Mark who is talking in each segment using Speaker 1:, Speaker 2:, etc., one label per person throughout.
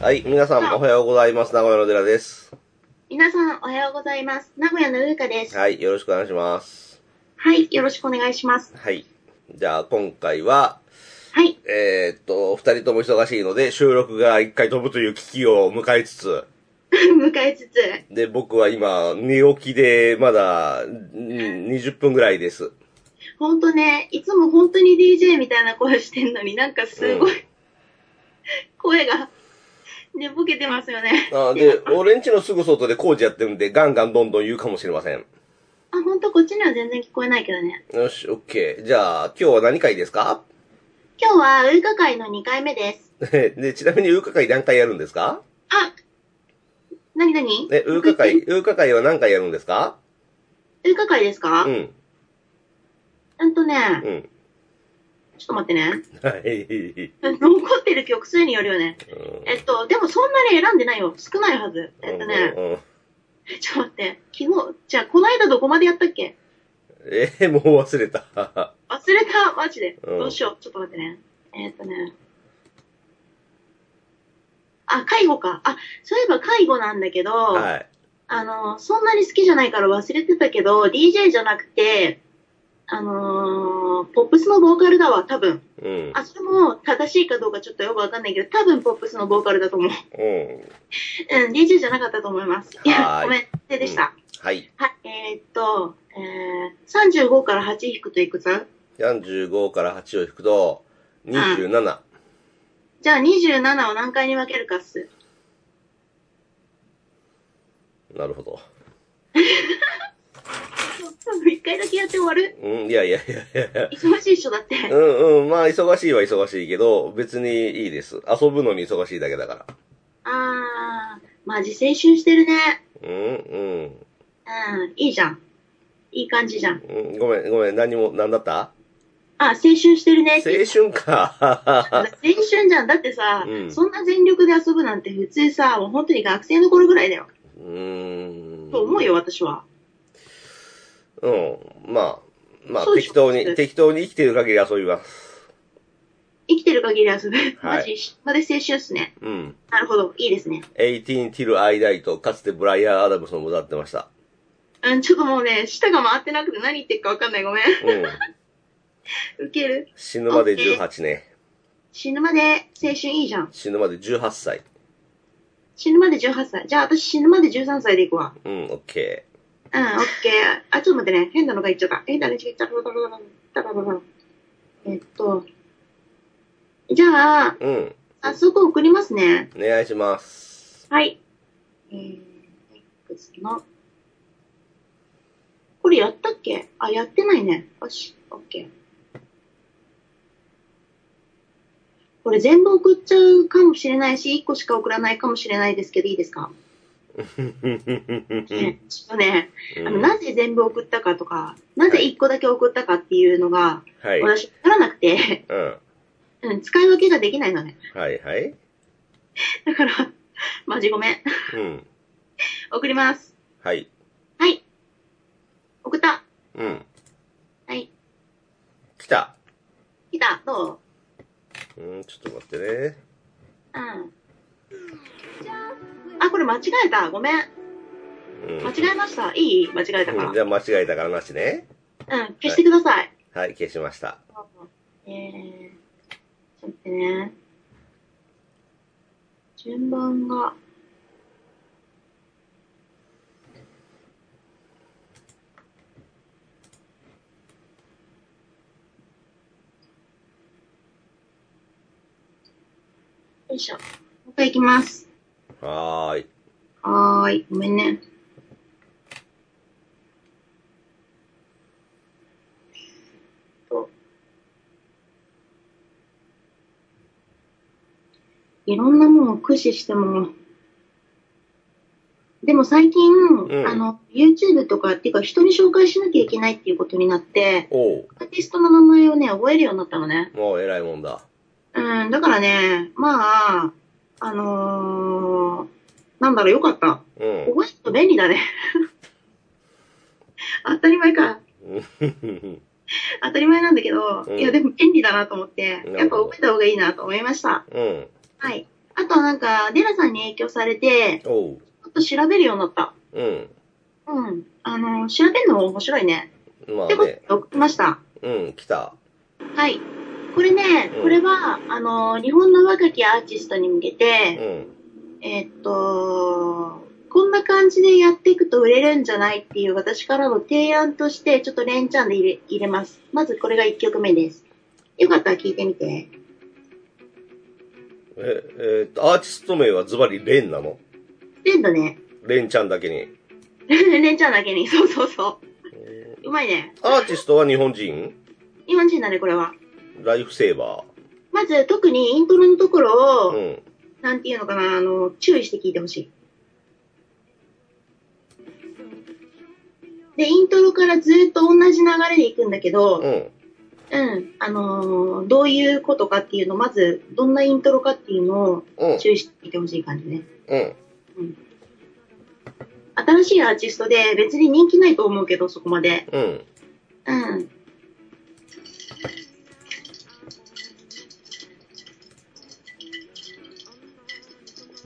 Speaker 1: はい、皆さんおはようございます。名古屋の寺です。
Speaker 2: 皆さん、おはようございます。名古屋のうーかです。
Speaker 1: はい、よろしくお願いします。
Speaker 2: はい、よろしくお願いします。
Speaker 1: はい。じゃあ、今回は、
Speaker 2: はい、
Speaker 1: えー、っと、二人とも忙しいので、収録が一回飛ぶという危機を迎えつつ、
Speaker 2: 迎えつつ、
Speaker 1: で、僕は今、寝起きで、まだ、うん20分ぐらいです。
Speaker 2: ほんとね、いつも本当に DJ みたいな声してんのになんかすごい、声が、寝ぼけてますよね。
Speaker 1: あで、俺んちのすぐ外で工事やってるんで、ガンガンどんどん言うかもしれません。
Speaker 2: あ、ほんとこっちには全然聞こえないけどね。
Speaker 1: よし、オッケー。じゃあ、今日は何回ですか
Speaker 2: 今日はうーか会の2回目です。
Speaker 1: で、ちなみに、ウーカ会何回やるんですか
Speaker 2: あ、なになに
Speaker 1: え、ウーカ 会、ウーカ会は何回やるんですか
Speaker 2: うーか会ですか
Speaker 1: う
Speaker 2: うん
Speaker 1: ん、
Speaker 2: とね、
Speaker 1: うん。
Speaker 2: ちょっと待ってね。
Speaker 1: はい。
Speaker 2: 残ってる曲数によるよね。
Speaker 1: うん
Speaker 2: えっと、でもそんなに選んでないよ。少ないはず。えっとね、
Speaker 1: うんうん
Speaker 2: ちょっと待って、昨日、じゃあ、この間どこまでやったっけ
Speaker 1: えー、もう忘れた。
Speaker 2: 忘れた、マジで。
Speaker 1: うん
Speaker 2: どうしよう、ちょっと待ってね。えー、っとね。あ、介護か。あ、そういえば介護なんだけど、
Speaker 1: はい。
Speaker 2: あの、そんなに好きじゃないから忘れてたけど、DJ じゃなくて、あのーポップスのボーカルだわ、多分。
Speaker 1: うん。
Speaker 2: あ、それも正しいかどうかちょっとよくわかんないけど、多分ポップスのボーカルだと思う。
Speaker 1: うん。
Speaker 2: うん、DJ じゃなかったと思います。い
Speaker 1: はー
Speaker 2: や、
Speaker 1: い
Speaker 2: ごめん、失礼でした。
Speaker 1: はい。
Speaker 2: はい、えーっと、えー、35から8引くといくつ
Speaker 1: 45から8を引くと、27。
Speaker 2: じゃあ27を何回に分けるかっす。
Speaker 1: なるほど。
Speaker 2: 一回だけやって終わる
Speaker 1: うん、いやいやいやいやいや。
Speaker 2: 忙しい人だって。
Speaker 1: うんうん、まあ、忙しいは忙しいけど、別にいいです。遊ぶのに忙しいだけだから。
Speaker 2: あー、マジ青春してるね。
Speaker 1: うん、うん
Speaker 2: うん、いいじゃん。いい感じじゃん。
Speaker 1: うん。ごめん、ごめん、何も、何だった
Speaker 2: あ、青春してるね
Speaker 1: 青
Speaker 2: って。
Speaker 1: 春
Speaker 2: 青
Speaker 1: か。
Speaker 2: 春じゃん。だってさ、
Speaker 1: うん
Speaker 2: そんな全力で遊ぶなんて普通さ、もう本当に学生の頃ぐらいだよ。
Speaker 1: うーん。
Speaker 2: と思うよ、私は。
Speaker 1: うん。まあ、まあ
Speaker 2: そ、うでしょ
Speaker 1: 適当に、適当に生きてる限り遊びます。
Speaker 2: 生きてる限り遊ぶ。
Speaker 1: はい
Speaker 2: マジ、まで青春っすね。
Speaker 1: うん。
Speaker 2: なるほど、いいですね。
Speaker 1: 18 till I die と、かつてブライアン・アダムスも歌ってました。
Speaker 2: うん、ちょっともうね、舌が回ってなくて何言ってるかわかんない。ごめん。
Speaker 1: うん。
Speaker 2: ウケる。
Speaker 1: 死ぬまで
Speaker 2: Okay
Speaker 1: 18ね。
Speaker 2: 死ぬまで青春いいじゃん。
Speaker 1: 死ぬまで18歳。
Speaker 2: 死ぬまで18歳。じゃあ私死ぬまで13歳でいくわ。
Speaker 1: うん、オッケ
Speaker 2: うん、オッケー。あ、ちょっと待ってね。変なのが言っちゃった。変なのが言っちゃった。えっと。じゃあ、
Speaker 1: ー。うん。
Speaker 2: 早速送りますね。
Speaker 1: お願いします。
Speaker 2: はい。えー、X の。これやったっけあ、やってないね。よし、オッケー。これ全部送っちゃうかもしれないし、1個しか送らないかもしれないですけど、いいですか、
Speaker 1: うん
Speaker 2: ねちょっとね、あの、なぜ全部送ったかとか、なぜ1個だけ送ったかっていうのが、
Speaker 1: はい。うん。
Speaker 2: 私、わからなくて、 うん、使い分けができないのね。
Speaker 1: はいはい。
Speaker 2: だから、マジごめん。
Speaker 1: うん。
Speaker 2: 送ります。
Speaker 1: はい。
Speaker 2: はい。送った。
Speaker 1: うん。
Speaker 2: はい。
Speaker 1: 来た。
Speaker 2: 来た。どう
Speaker 1: うん、ちょっと待ってね。
Speaker 2: うんあ、これ間違えた。ごめん。
Speaker 1: うん。
Speaker 2: 間違えました。いい間違えた
Speaker 1: うん
Speaker 2: か
Speaker 1: じゃあ間違えたからなしね。
Speaker 2: ら。うん、消してください。
Speaker 1: はい、消しました。
Speaker 2: えー、ちょっと待ってね。順番が。よいしょ。もう一回いきます。
Speaker 1: はーい。
Speaker 2: はーい、ごめんね。と。いろんなものを駆使しても、でも最近、
Speaker 1: ん
Speaker 2: あの、YouTube とか、っていうか人に紹介しなきゃいけないっていうことになって、
Speaker 1: おう。
Speaker 2: アーティストの名前をね、覚えるようになったのね。
Speaker 1: もう偉いもんだ。
Speaker 2: うん、だからね、まあ、あのー、なんだろう、よかった。
Speaker 1: うん。
Speaker 2: 覚えると便 利だね。当たり前か。
Speaker 1: うん。
Speaker 2: 当たり前なんだけど、
Speaker 1: うん
Speaker 2: いや、でも便利だなと思って、
Speaker 1: な
Speaker 2: や
Speaker 1: る
Speaker 2: っぱ
Speaker 1: ほど
Speaker 2: 覚えた方がいいなと思いました。
Speaker 1: うん。
Speaker 2: はい。あとなんか、デラさんに影響されて、
Speaker 1: おう。
Speaker 2: ちょっと調べるようになった。
Speaker 1: うん。
Speaker 2: うん。あの、調べるの面白いね。
Speaker 1: まあ
Speaker 2: ってこと
Speaker 1: ね
Speaker 2: で。送りました。
Speaker 1: うん、来た。
Speaker 2: はい。これね
Speaker 1: うん、
Speaker 2: これは、あの、日本の若きアーティストに向け
Speaker 1: う
Speaker 2: て、
Speaker 1: ん。
Speaker 2: えーっと、こんな感じでやっていくと売れるんじゃないっていう私からの提案として、ちょっとレンチャンで入れ入れます。まずこれが1曲目です。よかったら聞いてみて。
Speaker 1: え、えーっと、アーティスト名はズバリレンなの
Speaker 2: レンだね。
Speaker 1: レンちゃんだけに。
Speaker 2: レンチャンだけに。そうそうそう。うまいね。
Speaker 1: アーティストは日本人
Speaker 2: 日本人だね、これは。
Speaker 1: ライフセーバ
Speaker 2: まず、特にイントロのところを、
Speaker 1: ー。うん。
Speaker 2: なんていうのかな、あの、注意して聞いてほしい。で、イントロからずっと同じ流れでいくんだけど、
Speaker 1: うん。
Speaker 2: うん、あのーどういうことかっていうの、まず、どんなイントロかっていうの
Speaker 1: うん
Speaker 2: を。注意して聞いてほしい感じね。
Speaker 1: うん。
Speaker 2: 新しいアーティストで別に人気ないと思うけど、そこまで。
Speaker 1: うん。
Speaker 2: うん。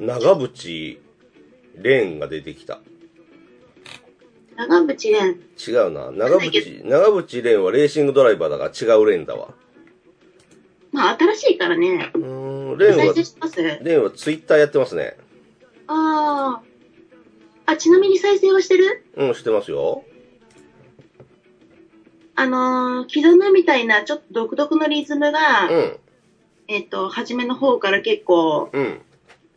Speaker 1: 長渕レンが出てきた。
Speaker 2: 長渕蓮。
Speaker 1: 違うな。長渕、長渕レンはレーシングドライバーだから違うレンだわ。
Speaker 2: まあ、新しいからね。
Speaker 1: うーん、レン
Speaker 2: 再
Speaker 1: は
Speaker 2: 生、してます
Speaker 1: レンはツイッターやってますね。
Speaker 2: ああ。あ、ちなみに再生はしてる
Speaker 1: うん、してますよ。
Speaker 2: あのー、刻むみたいな、ちょっと独特のリズムが、
Speaker 1: うん、
Speaker 2: えっ、と、初めの方から結構
Speaker 1: うん、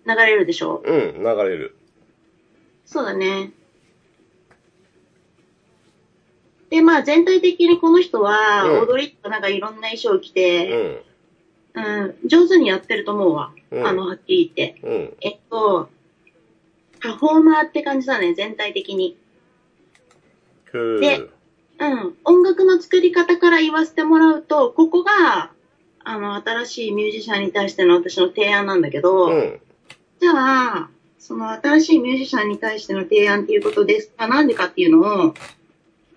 Speaker 2: 流れるでしょ
Speaker 1: うん、流れる。
Speaker 2: そうだね。で、まあ全体的にこの人は、
Speaker 1: うん
Speaker 2: 踊りとかなんかいろんな衣装を着
Speaker 1: う
Speaker 2: て、
Speaker 1: ん、
Speaker 2: うん、上手にやってると思うわ。
Speaker 1: うん
Speaker 2: あの、はっきり言って。
Speaker 1: うん。
Speaker 2: えっと、パフォーマーって感じだね、全体的に。
Speaker 1: ふー
Speaker 2: でうん。音楽の作り方から言わせてもらうと、ここが、あの、新しいミュージシャンに対しての私の提案なんだけど、
Speaker 1: うん、
Speaker 2: じゃあ、その新しいミュージシャンに対しての提案っていうことですが、なんでかっていうのを、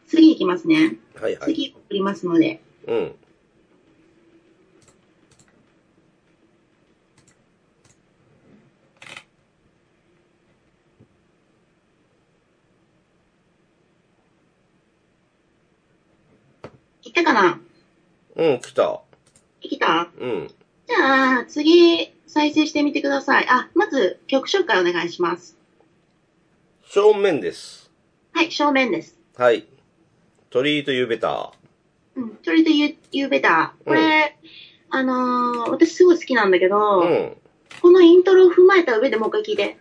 Speaker 2: 次いきますね。
Speaker 1: はいはい。
Speaker 2: 次送りますので。
Speaker 1: うん、
Speaker 2: いったかな
Speaker 1: うん、来た。
Speaker 2: いきた
Speaker 1: うん、
Speaker 2: じゃあ、次、再生してみてください。あ、まず、曲紹介お願いします。
Speaker 1: 正面です。
Speaker 2: はい、正面です。
Speaker 1: はい。鳥居とゆべた。
Speaker 2: うん。それで言う、言うべた。これ、あのー私すごい好きなんだけど、
Speaker 1: うん。
Speaker 2: このイントロを踏まえた上でもう一回聞いて。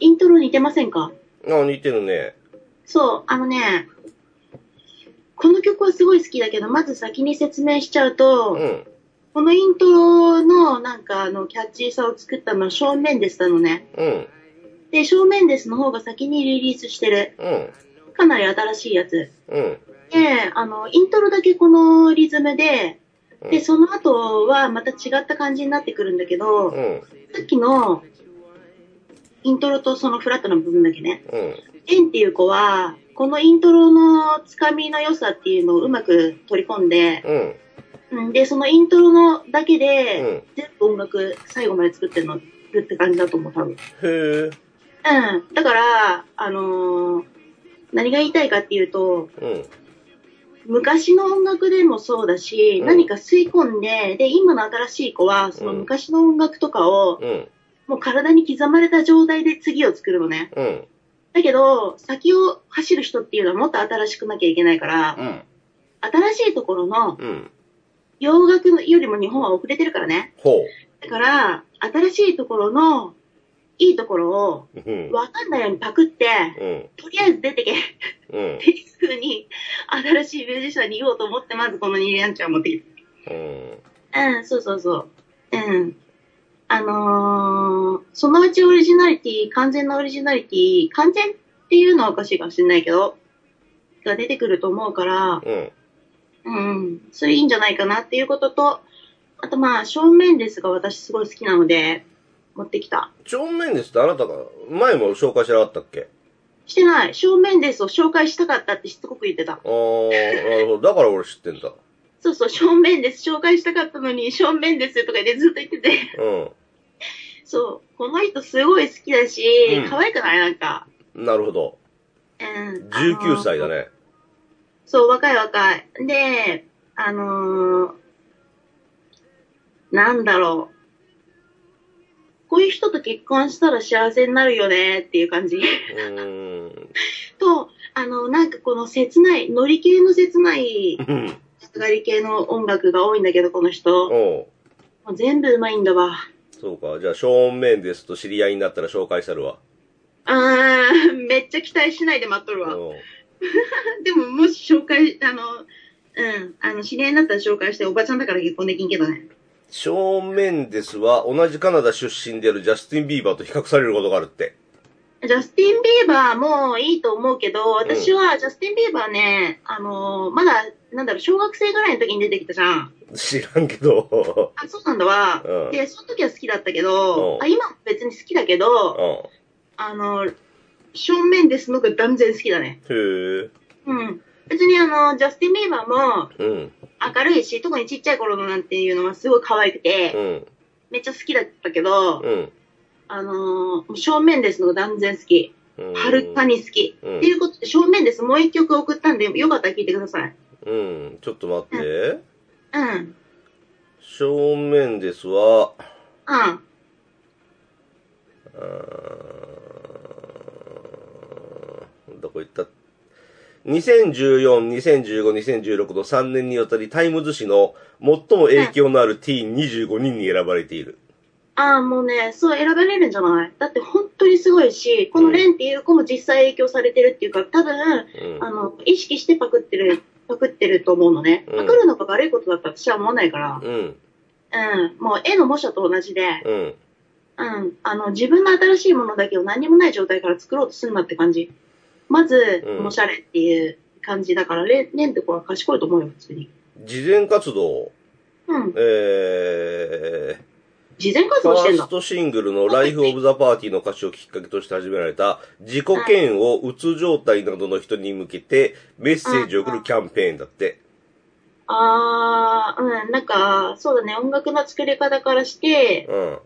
Speaker 2: イントロ似てませんか
Speaker 1: あ、似てるね。
Speaker 2: そう、あのね、この曲はすごい好きだけど、まず先に説明しちゃうと、
Speaker 1: うん、
Speaker 2: このイントロのなんかあのキャッチーさを作ったのは正面ですなのね。
Speaker 1: うん、
Speaker 2: で、正面ですの方が先にリリースしてる。
Speaker 1: うん、
Speaker 2: かなり新しいやつ。
Speaker 1: うん、
Speaker 2: で、あの、イントロだけこのリズムで、
Speaker 1: う
Speaker 2: で、
Speaker 1: ん
Speaker 2: その後はまた違った感じになってくるんだけど、
Speaker 1: う
Speaker 2: さ
Speaker 1: ん、
Speaker 2: っきのイントロとそのフラットな部分だけね。
Speaker 1: うん。
Speaker 2: エンっていう子は、このイントロのつかみの良さっていうのをうまく取り込んで、
Speaker 1: うん、
Speaker 2: うんで、そのイントロのだけ
Speaker 1: う
Speaker 2: で、
Speaker 1: ん。
Speaker 2: 全部音楽最後まで作ってるの、るって感じだと思う、多分。
Speaker 1: ふー。
Speaker 2: うん。だから、あのー何が言いたいかっていうと、
Speaker 1: うん、
Speaker 2: 昔の音楽でもそうだし、
Speaker 1: うん
Speaker 2: 何か吸い込んで、で、今の新しい子は、その昔の音楽とかを、
Speaker 1: うん、
Speaker 2: もう体に刻まれた状態で次を作るのね。
Speaker 1: うん、
Speaker 2: だけど、先を走る人っていうのはもっと新しくなきゃいけないから、
Speaker 1: うん、
Speaker 2: 新しいところ
Speaker 1: う
Speaker 2: の
Speaker 1: ん。
Speaker 2: 洋楽よりも日本は遅れてるからね。
Speaker 1: ほ
Speaker 2: だから、新しいところのいいところ
Speaker 1: う。うん
Speaker 2: を、わかんないようにパクって、
Speaker 1: うん、
Speaker 2: とりあえず出てけっ
Speaker 1: うん、
Speaker 2: ていう風に、新しいミュージシャンに言おうと思って、まずこのニリアンちゃんを持ってき
Speaker 1: うん。
Speaker 2: た。うん、そうそうそう。うん。あのー、そのうちオリジナリティ、完全なオリジナリティ、完全っていうのはおかしいかもしれないけど、が出てくると思うから、
Speaker 1: うん。
Speaker 2: うん、それいいんじゃないかなっていうことと、あとまあ、正面ですが私すごい好きなので、持ってきた。
Speaker 1: 正面ですってあなたが、前も紹介してなかったっけ
Speaker 2: してない。正面ですを紹介したかったってしつこく言ってた。
Speaker 1: あー、なるほど。だから俺知ってんだ。
Speaker 2: そうそう、正面です。紹介したかったのに、正面ですとか言ってずっと言ってて、
Speaker 1: うん。
Speaker 2: そう。この人すごい好きだし
Speaker 1: う、ん
Speaker 2: 可愛くないなんか。
Speaker 1: なるほど。
Speaker 2: うん。あの
Speaker 1: 19歳だ。ね。
Speaker 2: そう、若い若い。で、あのーなんだろう。こういう人と結婚したら幸せになるよねっていう感じ。
Speaker 1: うーん。
Speaker 2: と、あの、なんかこの切ない、ノリ系の切ない、
Speaker 1: うん
Speaker 2: つがり系の音楽が多いんだけど、この人。
Speaker 1: おう
Speaker 2: もう全部うまいんだわ。
Speaker 1: そうか。じゃあ、ショーン・メンデスと知り合いになったら紹介したるわ。
Speaker 2: あー、めっちゃ期待しないで待っとるわ。
Speaker 1: おう
Speaker 2: でも、もし紹介、あの、うん、あの、知り合いになったら紹介して、おばちゃんだから結婚できんけどね。
Speaker 1: ショーン・メンデスは同じカナダ出身であるジャスティン・ビーバーと比較されることがあるって。
Speaker 2: ジャスティン・ビーバーもいいと思うけど、私はジャスティン・ビーバーね、あの、まだ、なんだろう、小学生ぐらいの時に出てきたじゃん。
Speaker 1: 知らんけ ど。
Speaker 2: あ、そうなんだわ。
Speaker 1: うん。うん。
Speaker 2: で、その時は好きだったけど
Speaker 1: う、ん
Speaker 2: あ今も別に好きだけど、あの、正面ですのが断然好きだね。
Speaker 1: へえ。
Speaker 2: うん。別にあの、ジャスティン・ビーバーも
Speaker 1: うん。
Speaker 2: 明るいし、特にちっちゃい頃のなんていうのはすごい可愛くて
Speaker 1: う、ん。
Speaker 2: めっちゃ好きだったけど、
Speaker 1: うん。
Speaker 2: あのー、正面ですのが断然好き。
Speaker 1: うん
Speaker 2: はるか。に好き。
Speaker 1: うん
Speaker 2: っていうことで、正面ですもう一曲送ったんで、よかったら聴いてください。
Speaker 1: うん。ちょっと待って。
Speaker 2: うん。うん。
Speaker 1: ショーン・メンデスは、
Speaker 2: あ
Speaker 1: うーんどこ行った ?2014、2015、2016の3年にわたりタイムズ紙の最も影響のあるティーン25人に選ばれている。
Speaker 2: あー、もうね、そう選ばれるんじゃないだって本当にすごいし、このレンっていう子も実際影響されてるっていうか、多分、
Speaker 1: うん
Speaker 2: あの、意識してパクってる、パクってると思うのね。
Speaker 1: うん
Speaker 2: パクるのが悪いことだったら私は思わないから。
Speaker 1: うん。
Speaker 2: うん。もう絵の模写と同じで、
Speaker 1: うん。
Speaker 2: うん。あの、自分の新しいものだけを何にもない状態から作ろうとするなって感じ。まず、
Speaker 1: うん
Speaker 2: おしゃれっていう感じだから、レレンって子は賢いと思うよ、普通に。
Speaker 1: 慈善活動、
Speaker 2: うん。
Speaker 1: えー、
Speaker 2: 慈善活
Speaker 1: ファ
Speaker 2: 動して
Speaker 1: ー
Speaker 2: ん
Speaker 1: ス
Speaker 2: だ。
Speaker 1: トシングルの Life of the Party の歌詞をきっかけとして始められた自己嫌悪、うつ状態などの人に向けてメッセージを送るキャンペーンだって。
Speaker 2: あー、うん。なんか、そうだね。音楽の作り方からして、
Speaker 1: うん。あ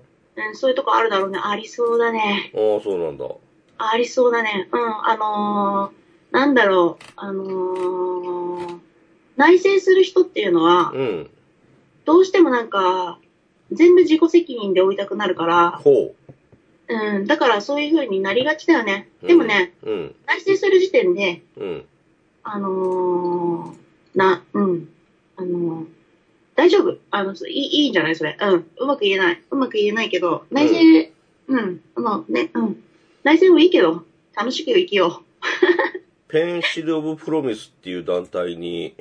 Speaker 2: うん、そういうとこあるだろうね。ありそうだね。
Speaker 1: あ、そうなんだ。
Speaker 2: ありそうだね。うん、あのー、なんだろう、あのー、内省する人っていうのは、
Speaker 1: うん。
Speaker 2: どうしてもなんか、全部自己責任で追いたくなるから、
Speaker 1: ほ
Speaker 2: うん、だからそういう風になりがちだよね。でもね、
Speaker 1: う。うん。
Speaker 2: 内省する時点で、
Speaker 1: うん。
Speaker 2: あのー、な、うん、あのー、大丈夫。あの、いい、いいんじゃないそれ。うん。うまく言えない。うまく言えないけど、内省、うん、あのね、うん。内省もいいけど、楽しく生きよ
Speaker 1: ペンシル・オブ・プロミスっていう団体に、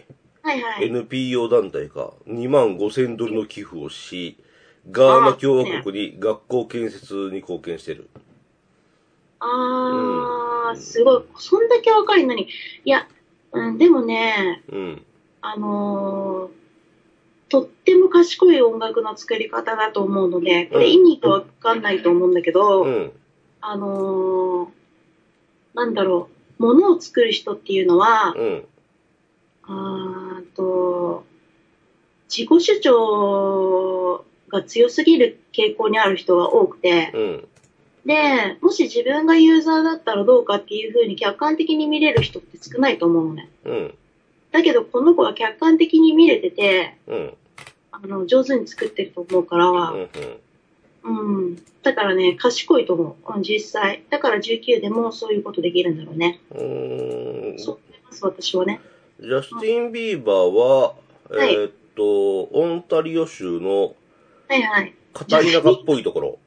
Speaker 2: う。はいはい。
Speaker 1: NPO 団体か、2万5千ドルの寄付をし、ガーナ共和国に学校建設に貢献してる。
Speaker 2: あ
Speaker 1: うん
Speaker 2: ー、すごい。そんだけ若いのに。いや、うん、でもね、
Speaker 1: うん。
Speaker 2: あのーとっても賢い音楽の作り方だと思うので、
Speaker 1: う
Speaker 2: こ
Speaker 1: ん
Speaker 2: れ意味がわかんないと思うんだけど、
Speaker 1: うん。
Speaker 2: あのーなんだろう、ものを作る人っていうのは、
Speaker 1: うん。
Speaker 2: あーと、自己主張が強すぎる傾向にある人が多くて、
Speaker 1: うん。
Speaker 2: で、もし自分がユーザーだったらどうかっていう風に客観的に見れる人って少ないと思うのね。
Speaker 1: うん。
Speaker 2: だけど、この子は客観的に見れてて、
Speaker 1: うん。
Speaker 2: あの、上手に作ってると思うから、
Speaker 1: う。
Speaker 2: うんん。だからね、賢いと思う。うん、実際。だから19でもそういうことできるんだろうね。
Speaker 1: うん。
Speaker 2: そう思います、私はね。
Speaker 1: ジャスティン・ビーバーは、
Speaker 2: はい
Speaker 1: えーっと、オンタリオ州の
Speaker 2: はいはい。
Speaker 1: 片田舎っぽいところ、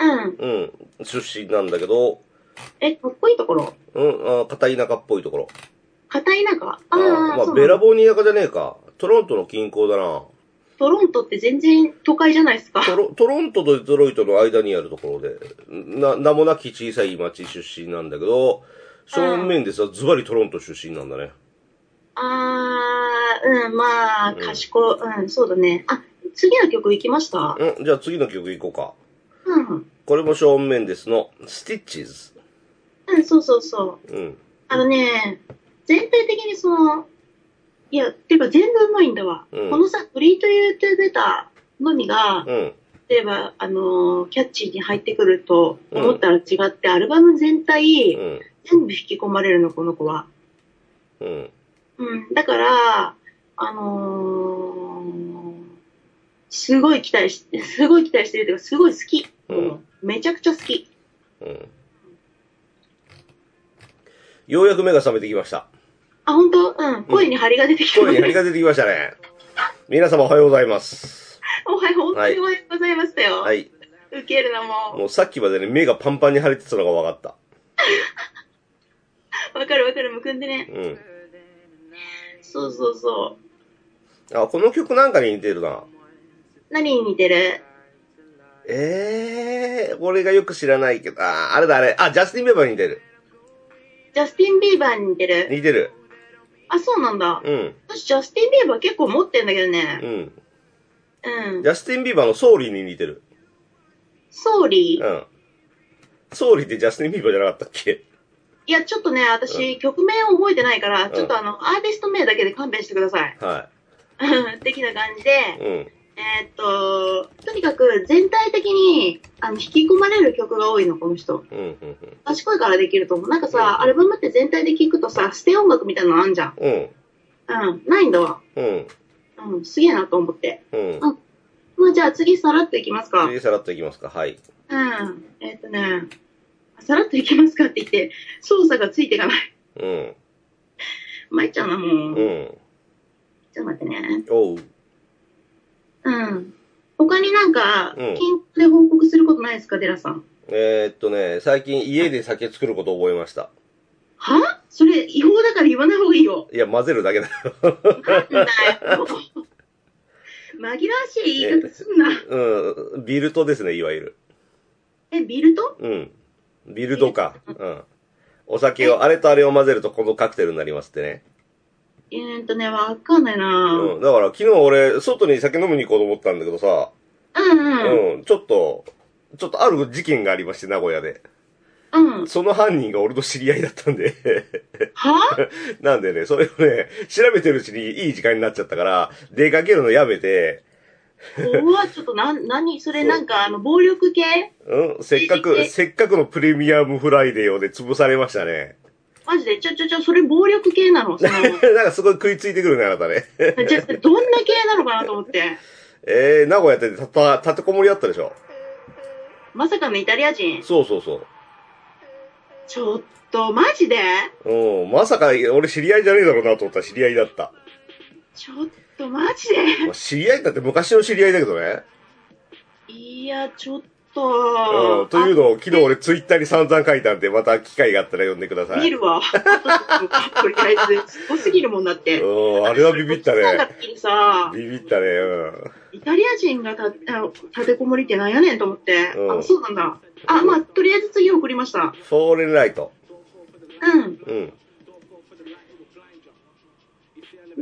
Speaker 2: うん。
Speaker 1: うん、出身なんだけど、
Speaker 2: え、かっこいいところ。
Speaker 1: うん、あ片田舎っぽいところ。
Speaker 2: 硬い中。ああ
Speaker 1: あま
Speaker 2: ー、そ
Speaker 1: あ、
Speaker 2: うな
Speaker 1: ベ
Speaker 2: ん
Speaker 1: ラ
Speaker 2: だ
Speaker 1: ボーニアかじゃねえか。トロントの近郊だな。
Speaker 2: トロントって全然都会じゃないですか。
Speaker 1: トロトロントとデトロイトの間にあるところで、な、名もなき小さい町出身なんだけど、正面でさ、ズバリトロント出身なんだね。
Speaker 2: あー、うん、まあ、
Speaker 1: うん
Speaker 2: 賢い、うん、そうだね。あ、次の曲行きました
Speaker 1: うん、じゃあ次の曲いこうか。
Speaker 2: うん。
Speaker 1: これも正面ですの、スティッチズ。
Speaker 2: うん、そうそうそう。
Speaker 1: うん。
Speaker 2: あのね、全体的にその、いや、てか全部うまいんだわ。
Speaker 1: うん
Speaker 2: このさ、フリートユートゥーベターのみが、
Speaker 1: うん。
Speaker 2: 例えば、あのーキャッチーに入ってくると思ったら違って、アルバム全体、
Speaker 1: うん。
Speaker 2: 全部引き込まれるの、この子は。
Speaker 1: うん。
Speaker 2: うん、だから、あのーすごい期待し、 すごい期待してるというか、すごい好き。
Speaker 1: うん
Speaker 2: めちゃくちゃ好き。
Speaker 1: うん。ようやく目が覚めてきました。
Speaker 2: あ、本当うん。声に張りが出てきた。
Speaker 1: 声に張りが出てきましたね。皆様おはようございます。
Speaker 2: おはよう、本当におはようございましたよ。
Speaker 1: はい。
Speaker 2: 受けるな、も
Speaker 1: もうさっきまでね、目がパンパンに腫れてたのが分かった。
Speaker 2: う。わかるわかる、むくんでね。
Speaker 1: うん。
Speaker 2: そうそうそ
Speaker 1: あ、この曲なんかに似てるな。
Speaker 2: う。何に似てる
Speaker 1: ええー、俺がよく知らないけど、あー、あれだあれ。あ、ジャスティン・ベーバーに似てる。
Speaker 2: ジャスティン・ビーバーに似てる。
Speaker 1: 似てる。
Speaker 2: あ、そうなんだ。
Speaker 1: うん。
Speaker 2: 私、ジャスティン・ビーバー結構持ってんだけど
Speaker 1: う
Speaker 2: ね。
Speaker 1: ん。
Speaker 2: うん
Speaker 1: ジ。ャスティン・ビーバーのソーリーに似てる。
Speaker 2: ソーリ
Speaker 1: う
Speaker 2: ー。
Speaker 1: ん。ソーリーってジャスティン・ビーバーじゃなかったっけ
Speaker 2: いや、ちょっとね、私、曲名を覚えてないから、ちょっとあの、アーティスト名だけで勘弁してください。
Speaker 1: は
Speaker 2: うん 的な感じで、
Speaker 1: い。うん。
Speaker 2: えーっと、とにかく全体的にあの引き込まれる曲が多いの、この人。
Speaker 1: うん、うん、
Speaker 2: 賢いからできると思う。なんかさ、
Speaker 1: うん
Speaker 2: アルバムって全体で聴くとさ、捨て音楽みたいなのあんじゃん。
Speaker 1: うん。
Speaker 2: うん、ないんだわ。
Speaker 1: うん、
Speaker 2: うん、すげえなと思って。
Speaker 1: うん。
Speaker 2: まあじゃあ次、さらっといきますか。うん。
Speaker 1: 次、さらっといきますか。はい。
Speaker 2: えーっとね、さらっといきますかって言って、操作がついていかない。
Speaker 1: うん、
Speaker 2: 参っちゃうな、もう。
Speaker 1: う
Speaker 2: ち
Speaker 1: ん。
Speaker 2: ょっと待ってね。
Speaker 1: おう。
Speaker 2: うん。他になんか、
Speaker 1: うん
Speaker 2: 近況で報告することないですか、デラさん。
Speaker 1: えー、っとね、最近家で酒作ること覚えました。
Speaker 2: はそれ違法だから言わない方がいいよ。
Speaker 1: いや、混ぜるだけだ。
Speaker 2: なんだよ。紛らわしい言い方すんな。
Speaker 1: うん。ビルトですね、いわゆる。
Speaker 2: え、ビルト
Speaker 1: うん。ビルドか。うん。お酒を、あれとあれを混ぜるとこのカクテルになりますってね。
Speaker 2: えーっとね、わかんないな
Speaker 1: うん。だから昨日俺、外に酒飲みに行こうと思ったんだけどさ、
Speaker 2: うんうん。
Speaker 1: うん、ちょっと、ちょっとある事件がありまして、名古屋で。
Speaker 2: うん。
Speaker 1: その犯人が俺の知り合いだったんで。
Speaker 2: は
Speaker 1: なんでね、それをね、調べてるうちにいい時間になっちゃったから、出かけるのやめて、
Speaker 2: 怖はちょっとな、なに、それなんか、あの、暴力系
Speaker 1: うん、せっかく、せっかくのプレミアムフライデーをね、潰されましたね。
Speaker 2: マジで、ちょちょちょ、それ暴力系なのその、じ
Speaker 1: なんかすごい食いついてくるね、あなたね。
Speaker 2: ゃあどんな系なのかなと思って。
Speaker 1: えー、名古屋ってたた、立てこもりだったでしょ
Speaker 2: まさかのイタリア人。
Speaker 1: そうそうそ
Speaker 2: ちょっと、マジで
Speaker 1: う。うん、まさか俺知り合いじゃねえだろうなと思ったら知り合いだった。
Speaker 2: ちょっと、マジで
Speaker 1: まあ知り合いだって昔の知り合いだけどね。
Speaker 2: いや、ちょっ
Speaker 1: う
Speaker 2: と。
Speaker 1: ん、というのを昨日俺ツイッターに散々書いたんで、また機会があったら読んでくださ
Speaker 2: 見
Speaker 1: い。
Speaker 2: るわ。とりあえず、すごすぎるもんだって。
Speaker 1: うん、あれはビビった
Speaker 2: なん
Speaker 1: ね。
Speaker 2: か時にさ、
Speaker 1: ビビったね、うん。
Speaker 2: イタリア人がたあの立てこもりってなんやねんと思って、
Speaker 1: うん
Speaker 2: あ、そうなんだ。あ、まあ、とりあえず次送りました。
Speaker 1: フォーレンライト。
Speaker 2: う
Speaker 1: うん。
Speaker 2: ん。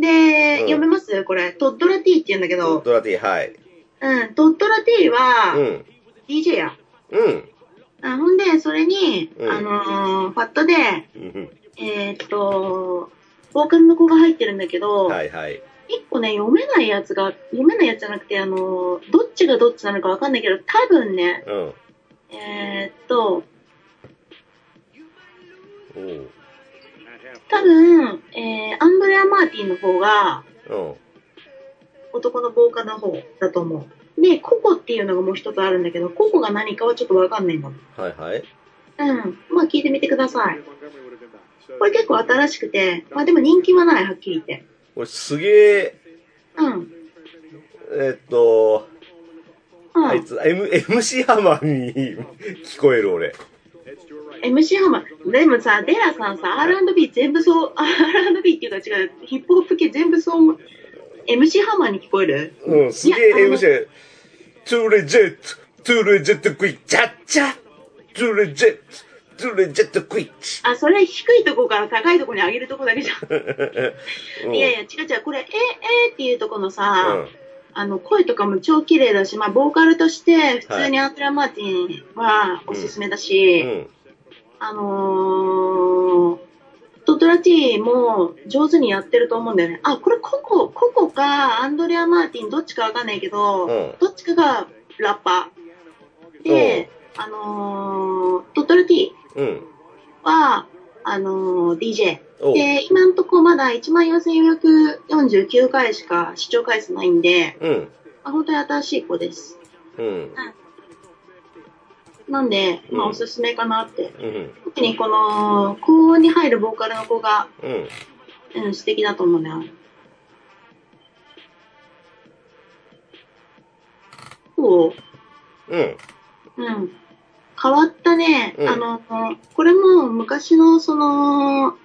Speaker 2: で、
Speaker 1: うん
Speaker 2: 読めますこれ。トッドラティって言うんだけど、
Speaker 1: ドラティ、はい。
Speaker 2: うん、トッドラティ
Speaker 1: う
Speaker 2: は、
Speaker 1: ん。
Speaker 2: DJ や。
Speaker 1: うん。
Speaker 2: あほんで、それに、
Speaker 1: うん
Speaker 2: あのーファットで、
Speaker 1: うん
Speaker 2: えーっと、ボーカルの子が入ってるんだけど、
Speaker 1: はいはい。
Speaker 2: 一個ね、読めないやつが、読めないやつじゃなくて、あのーどっちがどっちなのかわかんないけど、多分ね、
Speaker 1: うん。お
Speaker 2: えーっと、
Speaker 1: う
Speaker 2: 多分、えー、アンドレア・マーティンの方が
Speaker 1: うん。
Speaker 2: 男のボーカルの方だと思う。で、ココっていうのがもう一つあるんだけど、ココが何かはちょっとわかんないんだもん。
Speaker 1: はいはい。
Speaker 2: うん。まあ聞いてみてください。これ結構新しくて、まあでも人気はない、はっきり言って。
Speaker 1: 俺すげえ、
Speaker 2: うん。
Speaker 1: えっと、
Speaker 2: う
Speaker 1: あい
Speaker 2: ん。
Speaker 1: つ、M、MC ハマーに 聞こえる俺。
Speaker 2: MC ハマー。でもさ、デラさんさ、R&B 全部そう、R&B っていうか違う、ヒップホップ系全部そう、MC ハマーに聞こえる
Speaker 1: うん、すげえ
Speaker 2: いやあの
Speaker 1: MC。トゥレジェット、トゥレジェットクイッチャッチャトゥレジェット、トゥレジェットクイッチ。
Speaker 2: あ、それ低いとこから高いとこに上げるとこだけじゃ。
Speaker 1: うん
Speaker 2: いやいや、違う違う。これ、え、えーっていうとこのさ、
Speaker 1: ん。うん。
Speaker 2: あの、声とかも超綺麗だし、まあ、ボーカルとして、普通にアンドラ・マーティンはおすすめだし、
Speaker 1: うん。
Speaker 2: あのー、トトラティも上手にやってると思うんだよね。あ、これココ、ココかアンドレア・マーティンどっちかわかんないけど、
Speaker 1: うん
Speaker 2: どっちかがラッパー。で、あのー、トトルティ
Speaker 1: うん。
Speaker 2: は、あのー、DJ。
Speaker 1: おう。
Speaker 2: で、今んとこまだ14,449回しか視聴回数ないんで、
Speaker 1: うん。
Speaker 2: まあ、本当に新しい子です。
Speaker 1: うん。
Speaker 2: なんで、ま
Speaker 1: う
Speaker 2: あ
Speaker 1: ん
Speaker 2: おすすめかなって。
Speaker 1: うん。
Speaker 2: 特にこの、高音に入るボーカルの子が、
Speaker 1: うん。
Speaker 2: うん、素敵だと思うな。そう。
Speaker 1: うん。
Speaker 2: うん。変わったね。
Speaker 1: うん
Speaker 2: あの、これも昔のその、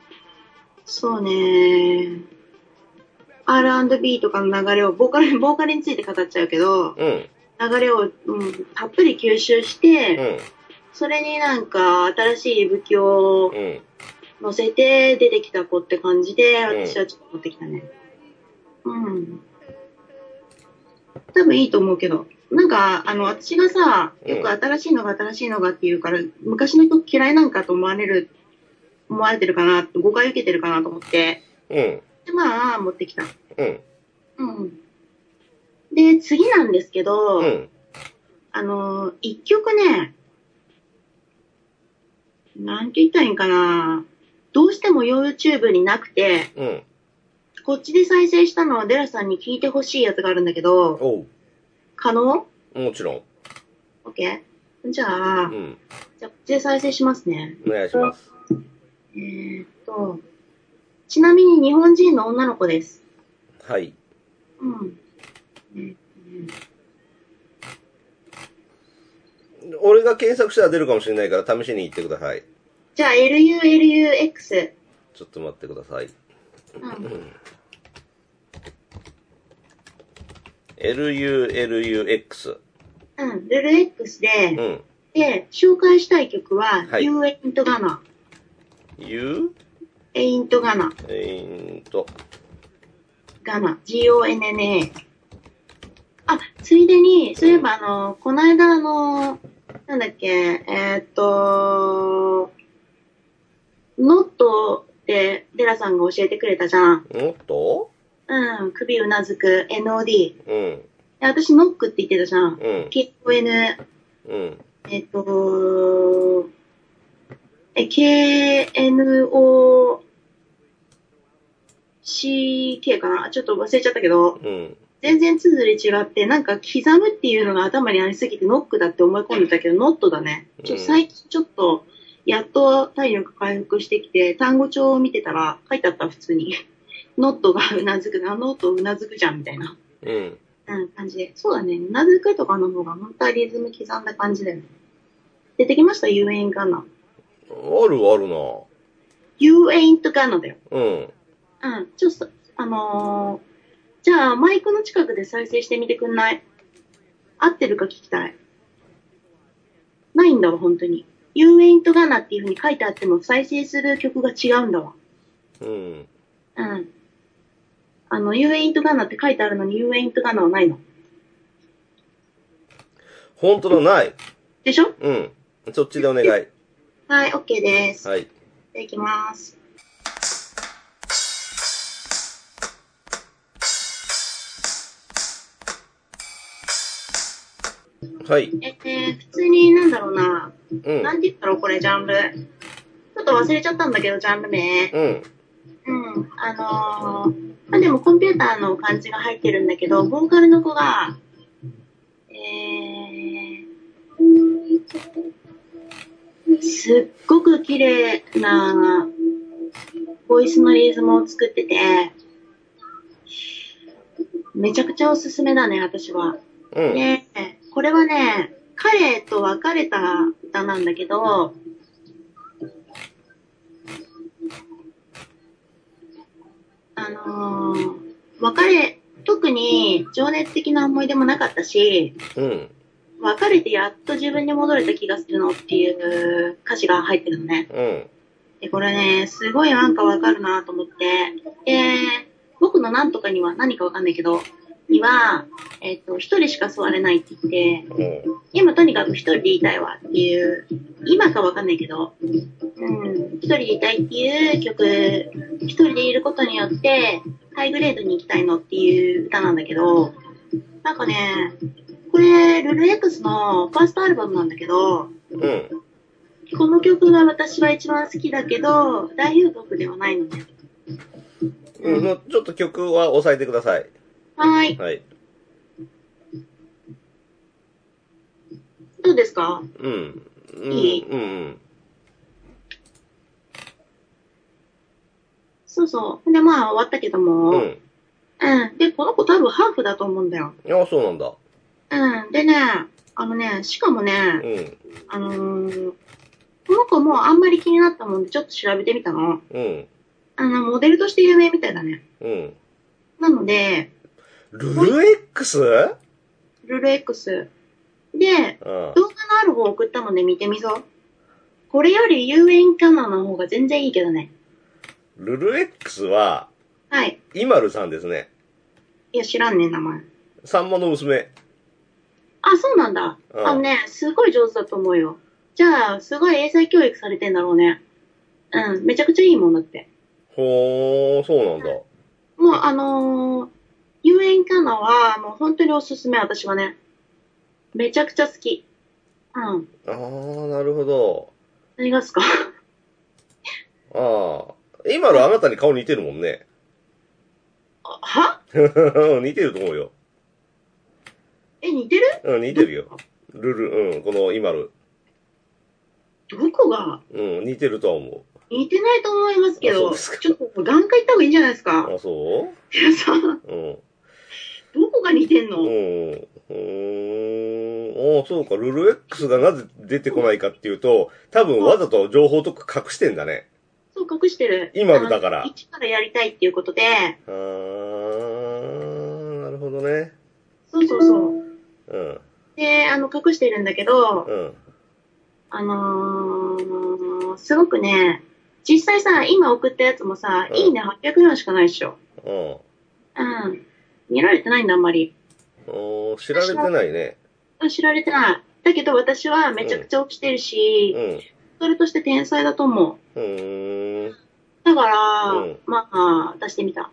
Speaker 2: そうね、R&B とかの流れを、ボーカル、 ボーカルについて語っちゃうけ
Speaker 1: う
Speaker 2: ど、
Speaker 1: ん。
Speaker 2: 流れを、うん、たっぷり吸収して、それになんか新しい武器を
Speaker 1: うん。
Speaker 2: 乗せて出てきた子って感じで、
Speaker 1: うん
Speaker 2: 私はちょっと持ってきたね。うん。多分いいと思うけど。なんか、あの、私がさ、
Speaker 1: うん
Speaker 2: よく新しいのが新しいのがって言うから、昔の曲嫌いなんかと思われる、思われてるかな、誤解受けてるかなと思って。
Speaker 1: うん。
Speaker 2: で、まあ、持ってきた。
Speaker 1: うん。
Speaker 2: うん。で、次なんですけど、
Speaker 1: うん。
Speaker 2: あの、一曲ね、なんて言ったらいいんかな。どうしても YouTube になくて、
Speaker 1: うん。
Speaker 2: こっちで再生したのはデラさんに聞いてほしいやつがあるんだけど、
Speaker 1: おう。
Speaker 2: 可能
Speaker 1: もちろん。
Speaker 2: ?OK? じゃ
Speaker 1: う
Speaker 2: あ、
Speaker 1: ん。
Speaker 2: じゃあこっちで再生しますね。
Speaker 1: お願いします。
Speaker 2: えーっと、ちなみに日本人の女の子です。
Speaker 1: はい。
Speaker 2: うん。えーっとね
Speaker 1: 俺が検索したら出るかもしれないから試しに行ってください。
Speaker 2: じゃあ、LULUX。
Speaker 1: ちょっと待ってください。
Speaker 2: うん。
Speaker 1: LULUX。
Speaker 2: うん、LULUX
Speaker 1: う
Speaker 2: で、
Speaker 1: ん。
Speaker 2: で、紹介したい曲は、
Speaker 1: はい
Speaker 2: You Ain't Gonna。
Speaker 1: U?
Speaker 2: Ain't Gonna。
Speaker 1: えーんと。
Speaker 2: ガナ、G-O-N-N-A。あ、ついでに、そういえばあの、この間あの、なんだっけ、えーっと、ノットってデラさんが教えてくれたじゃん。
Speaker 1: もっと
Speaker 2: うん、首うなずく、NOD。で
Speaker 1: うん。
Speaker 2: 私、ノックって言ってたじゃん。
Speaker 1: うん。
Speaker 2: K-O-N、
Speaker 1: うん。
Speaker 2: えーっと、え、K-N-O、CK かなちょっと忘れちゃったけど、
Speaker 1: うん。
Speaker 2: 全然綴り違って、なんか刻むっていうのが頭にありすぎてノックだって思い込んでたけど、ノットだね。ちょ
Speaker 1: うん
Speaker 2: 最近ちょっと、やっと体力回復してきて、単語帳を見てたら書いてあった、普通に。 ノットがうなずくな、ノットうなずくじゃん、みたいな、
Speaker 1: うん。
Speaker 2: うん、感じで。そうだね、うなずくとかの方が本当はリズム刻んだ感じだよね。出てきました ?You ain't gonna.
Speaker 1: あるあるな。
Speaker 2: You ain't gonna だよ。
Speaker 1: うん。
Speaker 2: うん、ちょっと、あのーじゃあマイクの近くで再生してみてくんない合ってるか聞きたい。ないんだわ、本当に。You ain't gonna っていう風に書いてあっても再生する曲が違うんだわ。
Speaker 1: うん。
Speaker 2: うん。あの、You ain't gonna って書いてあるのに You ain't gonna はないの。
Speaker 1: 本当だ、ない。
Speaker 2: でしょ
Speaker 1: うん。そっちでお願い。
Speaker 2: はい、OK です。
Speaker 1: はい。
Speaker 2: いただきます。
Speaker 1: はい。
Speaker 2: えー、普通になんだろうな。
Speaker 1: うん
Speaker 2: な。んて言ったろう、これ、ジャンル。ちょっと忘れちゃったんだけど、ジャンル名。
Speaker 1: うん。
Speaker 2: うん、あのーまあ、でもコンピューターの感じが入ってるんだけど、ボーカルの子が、えー、すっごく綺麗なボイスのリズムを作ってて、めちゃくちゃおすすめだね、私は。
Speaker 1: うん。
Speaker 2: で、これはね、彼と別れた歌なんだけど、あのー別れ、特に情熱的な思い出もなかったし、
Speaker 1: うん。
Speaker 2: 別れてやっと自分に戻れた気がするのっていう歌詞が入ってるのね。
Speaker 1: うん。
Speaker 2: で、これね、すごいなんかわかるなと思って、で、僕のなんとかには何かわかんないけど、には、えっ、と、一人しか座れないって言って、
Speaker 1: うん。
Speaker 2: 今とにかく一人でいたいわっていう、今かわかんないけど、うん、一人でいたいっていう曲、一人でいることによって、ハイグレードに行きたいのっていう歌なんだけど、なんかね、これ、ルル X のファーストアルバムなんだけど、
Speaker 1: うん。
Speaker 2: この曲が私は一番好きだけど、代表曲ではないのね。
Speaker 1: うん、もうちょっと曲は押さえてください。
Speaker 2: はーい。
Speaker 1: はい。
Speaker 2: どうですか
Speaker 1: うん。うん。
Speaker 2: いい
Speaker 1: うん。
Speaker 2: そうそう。で、まあ、終わったけども、
Speaker 1: う
Speaker 2: うん。
Speaker 1: ん。
Speaker 2: で、この子多分ハーフだと思うんだよ。
Speaker 1: うん。あ、そうなんだ。
Speaker 2: うん。でね、あのね、しかも
Speaker 1: う
Speaker 2: ね、
Speaker 1: ん。
Speaker 2: あのーこの子もあんまり気になったもんで、ちょっと調べてみたの。
Speaker 1: うん。
Speaker 2: あの、モデルとして有名みたいだね。
Speaker 1: うん。
Speaker 2: なので、
Speaker 1: ルル X? うん。
Speaker 2: ルル X。で、動画のある方送ったので見てみそう。これより遊園キャナの方が全然いいけどね。
Speaker 1: ルル X は、
Speaker 2: はい。
Speaker 1: イマルさんですね。
Speaker 2: いや、知らんね、名前。
Speaker 1: さんまの娘。
Speaker 2: あ、そうなんだ。
Speaker 1: うん
Speaker 2: あのね、すごい上手だと思うよ。じゃあ、すごい英才教育されてんだろうね。うん、めちゃくちゃいいもんだって。
Speaker 1: ほー、そうなんだ。
Speaker 2: もう、あのー、遊園キャナは、もう本当におすすめ、私はね。めちゃくちゃ好き。うん。
Speaker 1: あー、なるほど。
Speaker 2: 何がっすか
Speaker 1: あー。イマルあなたに顔似てるもんね。
Speaker 2: は
Speaker 1: 似てると思うよ。
Speaker 2: え、似てる
Speaker 1: うん、似てるよ。ルル、うん、このイマル。
Speaker 2: どこが
Speaker 1: うん、似てるとは思
Speaker 2: 似てないと思いますけ
Speaker 1: あそう
Speaker 2: ど、
Speaker 1: ですか
Speaker 2: ちょっと眼科行った方がいいんじゃないですか
Speaker 1: う。あ、そ
Speaker 2: いやさ、
Speaker 1: ううん。
Speaker 2: どこが似てん
Speaker 1: う
Speaker 2: の
Speaker 1: ん。うーん。ああ、そうか。ルル X がなぜ出てこないかっていうと、多分わざと情報とか隠してんだね。
Speaker 2: そう隠してる。
Speaker 1: 今のだから
Speaker 2: あの一からやりたいっていうことで、
Speaker 1: あー、なるほどね。
Speaker 2: そうそうそう。
Speaker 1: うん。
Speaker 2: で、あの、隠してるんだけど、
Speaker 1: うん。
Speaker 2: あのー、すごくね、実際さ、今送ったやつもさ、
Speaker 1: うん
Speaker 2: いいね800ぐらいしかないでしょ。
Speaker 1: うん。
Speaker 2: うん。見られてないんだ、あんまり。
Speaker 1: おー知られてないね。
Speaker 2: うん知られてない。だけど私はめちゃくちゃ起きてるし、
Speaker 1: うん。
Speaker 2: それとして天才だと思う。
Speaker 1: うーん。
Speaker 2: だから、
Speaker 1: うん
Speaker 2: まあ、出してみた。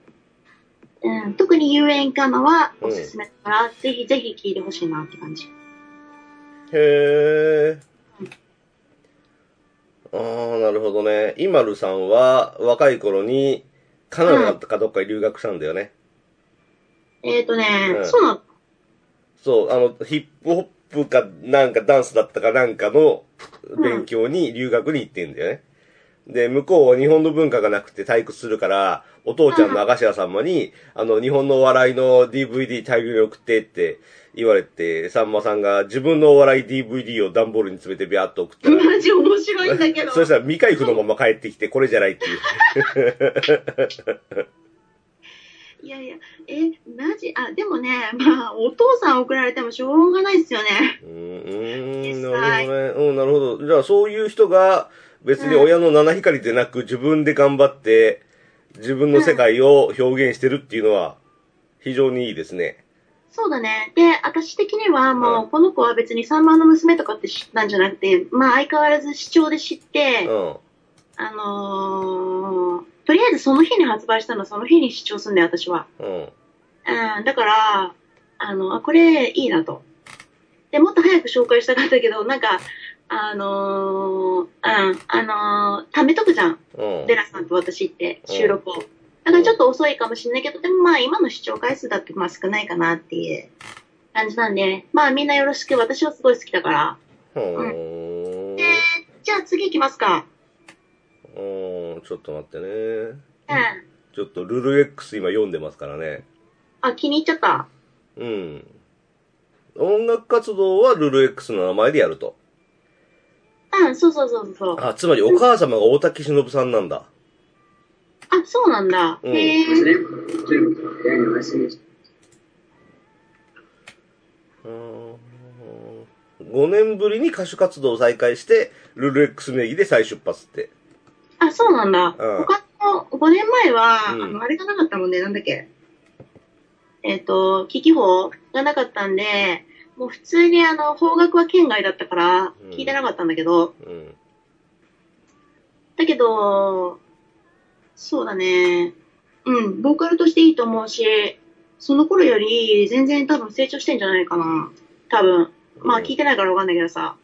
Speaker 2: うん、特に遊園かのはおすすめだから、ぜひぜひ聴いてほしいなって感じ。
Speaker 1: へー。あー、なるほどね。イマルさんは若い頃にカナダかどっかに留学したんだよね。
Speaker 2: えっ、ー、とね、
Speaker 1: うん
Speaker 2: そうなの。
Speaker 1: そう、あの、ヒップホップか、なんかダンスだったかなんかの勉強に、留学に行ってんだよね。で、向こうは日本の文化がなくて退屈するから、お父ちゃんの明石家さんまに、あの、日本のお笑いの DVD 大量に送ってって言われて、さんまさんが自分のお笑い DVD を段ボールに詰めてビャーっと送ったら、
Speaker 2: マジ面白いんだけど。
Speaker 1: そしたら未開封のまま帰ってきて、これじゃないって いう。
Speaker 2: いやいや、え、マジ、あ、でもね、まあ、お父さん送られてもしょうがないですよね。
Speaker 1: うーん、
Speaker 2: 実
Speaker 1: なる
Speaker 2: 際
Speaker 1: ほどね。うん、なるほど。じゃあ、そういう人が、別に親の七光りでなく、自分で頑張って、自分の世界を表現してるっていうのは、非常にいいですね。
Speaker 2: そうだね。で、私的にはも
Speaker 1: う
Speaker 2: う、この子は別に三万の娘とかって知ったんじゃなくて、まあ、相変わらず視聴で知って、
Speaker 1: うん。
Speaker 2: あのー、とりあえずその日に発売したのはその日に視聴すんだよ、私は。
Speaker 1: うん。
Speaker 2: うん、だから、あの、あ、これいいなと。で、もっと早く紹介したかったけど、なんか、あのー、うん、あのー、貯めとくじゃん。
Speaker 1: うん。
Speaker 2: デラさんと私って、
Speaker 1: うん
Speaker 2: 収録を。だからちょっと遅いかもしれないけど、でもまあ今の視聴回数だってまあ少ないかなっていう感じなんで、まあみんなよろしく、私はすごい好きだから。
Speaker 1: うん。
Speaker 2: で、じゃあ次行きますか。
Speaker 1: うん、ちょっと待ってね。
Speaker 2: うん。
Speaker 1: ちょっと、ルル X 今読んでますからね。
Speaker 2: あ、気に入っちゃった。
Speaker 1: うん。音楽活動はルル X の名前でやると。
Speaker 2: うん、そうそうそうそう。あ、
Speaker 1: あ、つまりお母様が大滝しのぶさんなんだ。
Speaker 2: そうなんだ。
Speaker 1: うん
Speaker 2: へえ。
Speaker 3: Daniel,
Speaker 1: 5年ぶりに歌手活動を再開して、ルル X 名義で再出発って。
Speaker 2: あ、そうなんだ。
Speaker 1: うん
Speaker 2: 他の5年前は、
Speaker 1: うん
Speaker 2: あのあれがなかったもんね、なんだっけ。えっ、と、聞き法がなかったんで、もう普通にあの、方角は県外だったから
Speaker 1: うん、
Speaker 2: 聞いてなかったんだけど、
Speaker 1: うん。
Speaker 2: だけど、そうだね。うん、ボーカルとしていいと思うし、その頃より全然多分成長してんじゃないかな。多分。まあ
Speaker 1: うん
Speaker 2: 聞いてないからわかんないけどさ。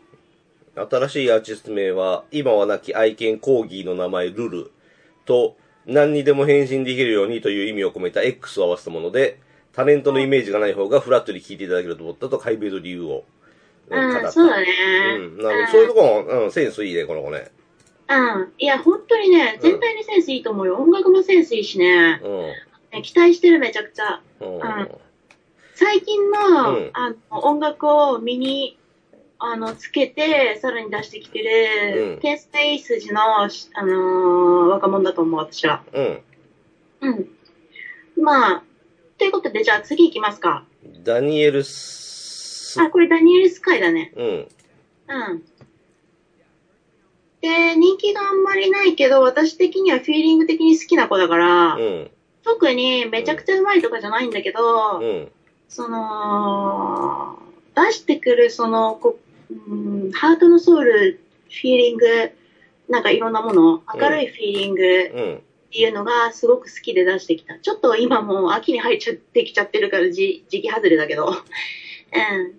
Speaker 1: 新しいアーティスト名は、今はなき愛犬コーギーの名前ルルと、何にでも変身できるようにという意味を込めた X を合わせたもので、タレントのイメージがない方がフラットに聞いていただけると思ったと解明の理由をうん語っ
Speaker 2: う
Speaker 1: た。
Speaker 2: ん、そうだね。
Speaker 1: うん、なるほど。そういうとこも、うん、センスいいね、この子ね。
Speaker 2: うん。いや、本当にね、全体にセンスいいと思うよ。音楽もセンスいいしね。
Speaker 1: う
Speaker 2: ね期待してる、めちゃくちゃ。
Speaker 1: ん。うん。
Speaker 2: 最近の,、
Speaker 1: うん
Speaker 2: あの音楽を身にあのつけて、さらに出してきて
Speaker 1: う
Speaker 2: る
Speaker 1: ん、
Speaker 2: 天才筋の、しあのー若者だと思う、私は。
Speaker 1: うん。
Speaker 2: うん。まあ、ということで、じゃあ次行きますか。
Speaker 1: ダニエルス、
Speaker 2: あ、これダニエル・スカイだね。
Speaker 1: うん。
Speaker 2: うん。で、人気があんまりないけど、私的にはフィーリング的に好きな子だから、
Speaker 1: うん。
Speaker 2: 特にめちゃくちゃうまいとかじゃないんだけど、
Speaker 1: うん。
Speaker 2: その、出してくる、その、こううん、ハートのソウル、フィーリング、なんかいろんなもの、明るいフィーリングっ
Speaker 1: うん。
Speaker 2: ていうのがすごく好きで出してきた。ちょっと今もう秋に入っちゃってきちゃってるからじ、時期外れだけど。うん。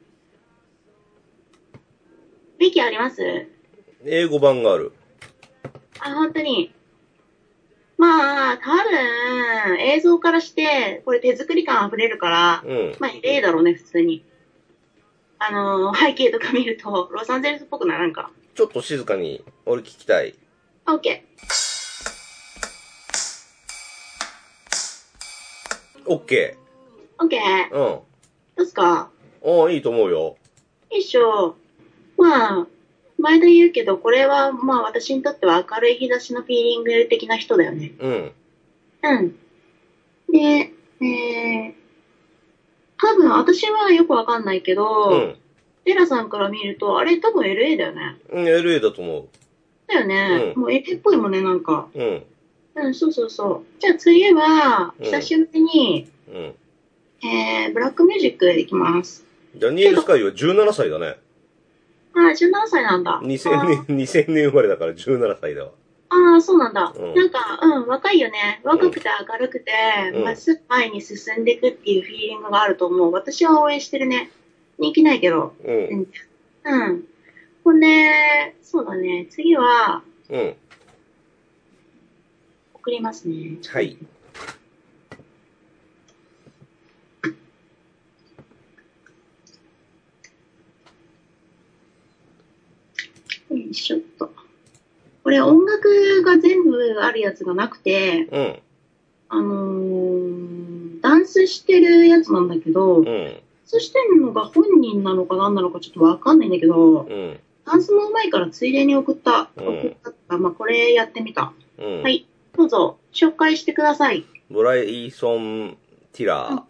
Speaker 2: ミキあります
Speaker 1: 英語版がある。
Speaker 2: あ、本当に。まあ、多分、映像からして、これ手作り感溢れるから、
Speaker 1: うん。
Speaker 2: まあ、例だろうね、普通に。あのー背景とか見ると、ロサンゼルスっぽくならんか。
Speaker 1: ちょっと静かに、俺聞きたい。
Speaker 2: あ OK。
Speaker 1: オッケー。
Speaker 2: OK。
Speaker 1: うん。
Speaker 2: どうすか
Speaker 1: ああ、いいと思うよ。
Speaker 2: よいしょ。まあ、毎度言うけど、これは、まあ、私にとっては明るい日差しのフィーリング的な人だよね。
Speaker 1: うん。
Speaker 2: うん。で、えー、多分、私はよくわかんないけど、
Speaker 1: うん。
Speaker 2: テラさんから見ると、あれ多分 LA だよね。
Speaker 1: うん LA だと思
Speaker 2: だよね。
Speaker 1: うん
Speaker 2: もう LA っぽいもんね、なんか。
Speaker 1: う。うん。
Speaker 2: うん、そうそうそう。じゃあ次は、
Speaker 1: うん
Speaker 2: 久しぶりに、
Speaker 1: うん。
Speaker 2: えー、ブラックミュージックでいきます。
Speaker 1: ダニエル・スカイは17歳だね。
Speaker 2: あー、17歳なんだ。
Speaker 1: 2000年、2000年生まれだから17歳だわ。
Speaker 2: あーあー、そうなんだ。
Speaker 1: うん
Speaker 2: なんか、うん、若いよね。若くて明るくて
Speaker 1: う、ん
Speaker 2: まっすぐ前に進んでいくっていうフィーリングがあると思う。私は応援してるね。人気ないけど。
Speaker 1: うん。
Speaker 2: うん。ほんで、そうだね。次は、
Speaker 1: うん。
Speaker 2: 送りますね。
Speaker 1: はい。
Speaker 2: よいしょっと。これ音楽が全部あるやつがなくて、
Speaker 1: うん。
Speaker 2: あのー、ダンスしてるやつなんだけど、
Speaker 1: うん。
Speaker 2: そうしてるのが本人なのか何なのかちょっとわかんないんだけど、
Speaker 1: うん。
Speaker 2: ダンスもうまいからついでに送った。
Speaker 1: うん
Speaker 2: 送ったからまあこれやってみた。
Speaker 1: うん。
Speaker 2: はいどうぞ、紹介してください。
Speaker 1: ブライソン・ティラー。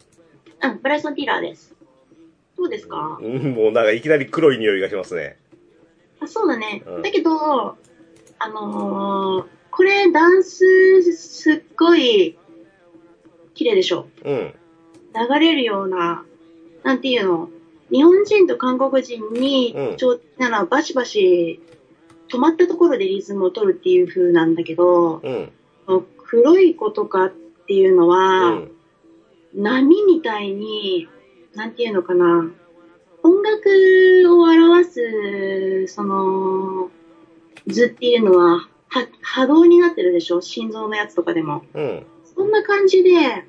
Speaker 2: うん、ブライソン・ティラーです。どうですか、
Speaker 1: うん、もうなんかいきなり黒い匂いがしますね。
Speaker 2: あそうだね。
Speaker 1: うん
Speaker 2: だけど、あのー、これダンスすっごい綺麗でしょ。
Speaker 1: うん。
Speaker 2: 流れるような、なんていうの、日本人と韓国人
Speaker 1: う
Speaker 2: に
Speaker 1: ん、
Speaker 2: ちょならバシバシ止まったところでリズムを取るっていう風なんだけど、
Speaker 1: うん。
Speaker 2: 黒い子とかっていうの
Speaker 1: う
Speaker 2: は、
Speaker 1: ん。
Speaker 2: 波みたいに、なんていうのかな、音楽を表す、その、図っていうのは、は波動になってるでしょ心臓のやつとかでも。
Speaker 1: うん。
Speaker 2: そんな感じで、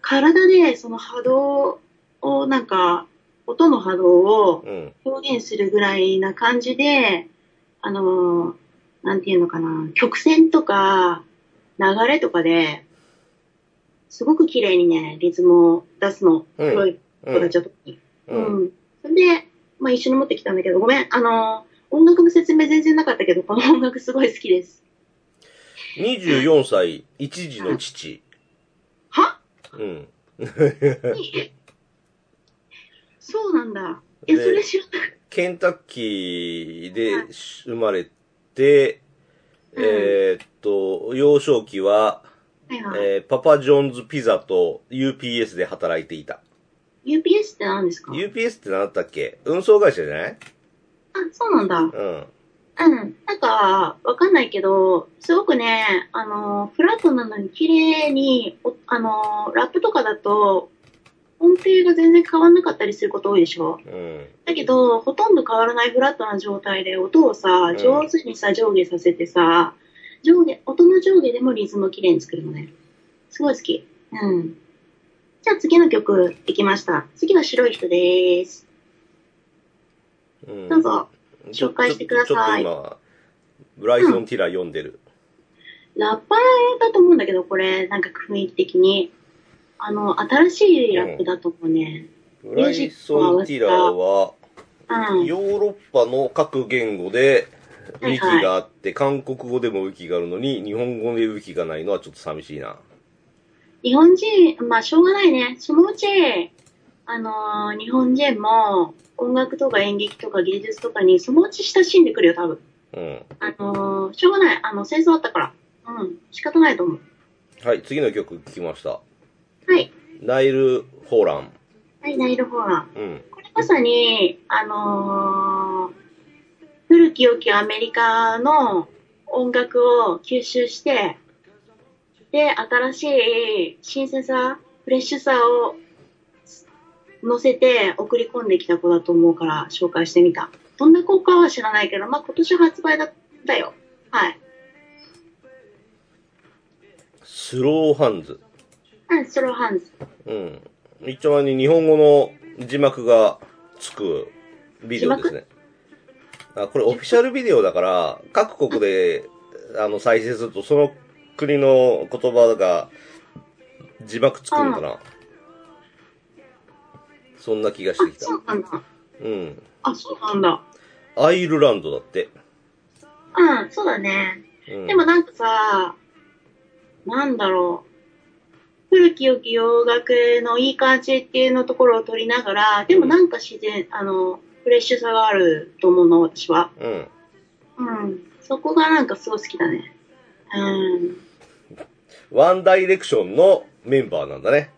Speaker 2: 体でその波動をなんか、音の波動を
Speaker 1: うん。
Speaker 2: 表現するぐらいな感じで、あのー、なんていうのかな、曲線とか流れとかで、すごく綺麗にね、リズムを出すの、
Speaker 1: うん
Speaker 2: 黒い子たちは特に。
Speaker 1: う。
Speaker 2: うんん。それで、まあ一緒に持ってきたんだけど、ごめん、あのー、音楽の説明全然なかったけど、この音楽すごい好きです。
Speaker 1: 24歳、一児の父。
Speaker 2: は
Speaker 1: うん。
Speaker 2: そうなんだ。え、
Speaker 1: ね
Speaker 2: それ知らな
Speaker 1: ケンタッキーでし生まれて、
Speaker 2: うん
Speaker 1: えーっと、幼少期は、
Speaker 2: はいはい。
Speaker 1: えーパパジョンズピザと UPS で働いていた。
Speaker 2: UPS って何ですか
Speaker 1: UPS って何だったっけ運送会社じゃない
Speaker 2: あ、そうなんだ。う
Speaker 1: うん。
Speaker 2: ん。なんか、わかんないけど、すごくね、あのー、フラットなのに綺麗に、おあのー、ラップとかだと、音程が全然変わんなかったりすること多いでしょ
Speaker 1: うん。
Speaker 2: だけど、ほとんど変わらないフラットな状態で音をさ
Speaker 1: ん、
Speaker 2: 上手にさ、上下させてさ、上下、音の上下でもリズムをきれいに作るのね。すごい好き。うん。じゃあ次の曲いきました。次は白い人です。
Speaker 1: うん。
Speaker 2: どうぞ。紹介してください
Speaker 1: ちょっと今は、ブライソン・ティラー読んでる。
Speaker 2: ラッパーだと思うんだけど、これ、なんか雰囲気的に。あの、新しいラップだと思うね。
Speaker 1: ブライソン・ティラーは、
Speaker 2: うん。
Speaker 1: ヨーロッパの各言語で、ウ
Speaker 2: は
Speaker 1: ィ
Speaker 2: い
Speaker 1: キがあって、韓国語でもウィキがあるのに、日本語でウィキがないのはちょっと寂しいな。
Speaker 2: 日本人、まあ、しょうがないね。そのうち、あのー日本人も、音楽とか演劇とか芸術とかに、そのうち親しんでくるよ、多分。
Speaker 1: うん。
Speaker 2: あのーしょうがない。あの、戦争あったから。うん。仕方ないと思う。
Speaker 1: はい、次の曲聞きました。
Speaker 2: はい。
Speaker 1: ナイル・ホーラン。
Speaker 2: はい、ナイル・ホーラン。
Speaker 1: うん。
Speaker 2: これまさに、あのー古き良きアメリカの音楽を吸収して、で、新しい新鮮さ、フレッシュさを乗せて送り込んできた子だと思うから紹介してみた。どんな効果は知らないけど、まあ、今年発売だったよ。はい。
Speaker 1: スローハンズ。
Speaker 2: うん、ストローハンズ。
Speaker 1: うん。一応に日本語の字幕がつくビデオですね。あこれオフィシャルビデオだから、各国であの再生するとその国の言葉が字幕つくのかな。そんな気がして
Speaker 2: あ、
Speaker 1: きた
Speaker 2: そ。うなんだ。
Speaker 1: うん。
Speaker 2: あ、そうなんだ。
Speaker 1: アイルランドだって。
Speaker 2: うん、そうだね。
Speaker 1: うん、
Speaker 2: でもなんかさ、なんだろう。古き良き洋楽のいい感じっていうのところを取りながら、でもなんか自然、あの、フレッシュさがあると思うの、私は。
Speaker 1: うん。
Speaker 2: うん。そこがなんかすごい好きだね。うん。
Speaker 1: ワンダイレクションのメンバーなんだね。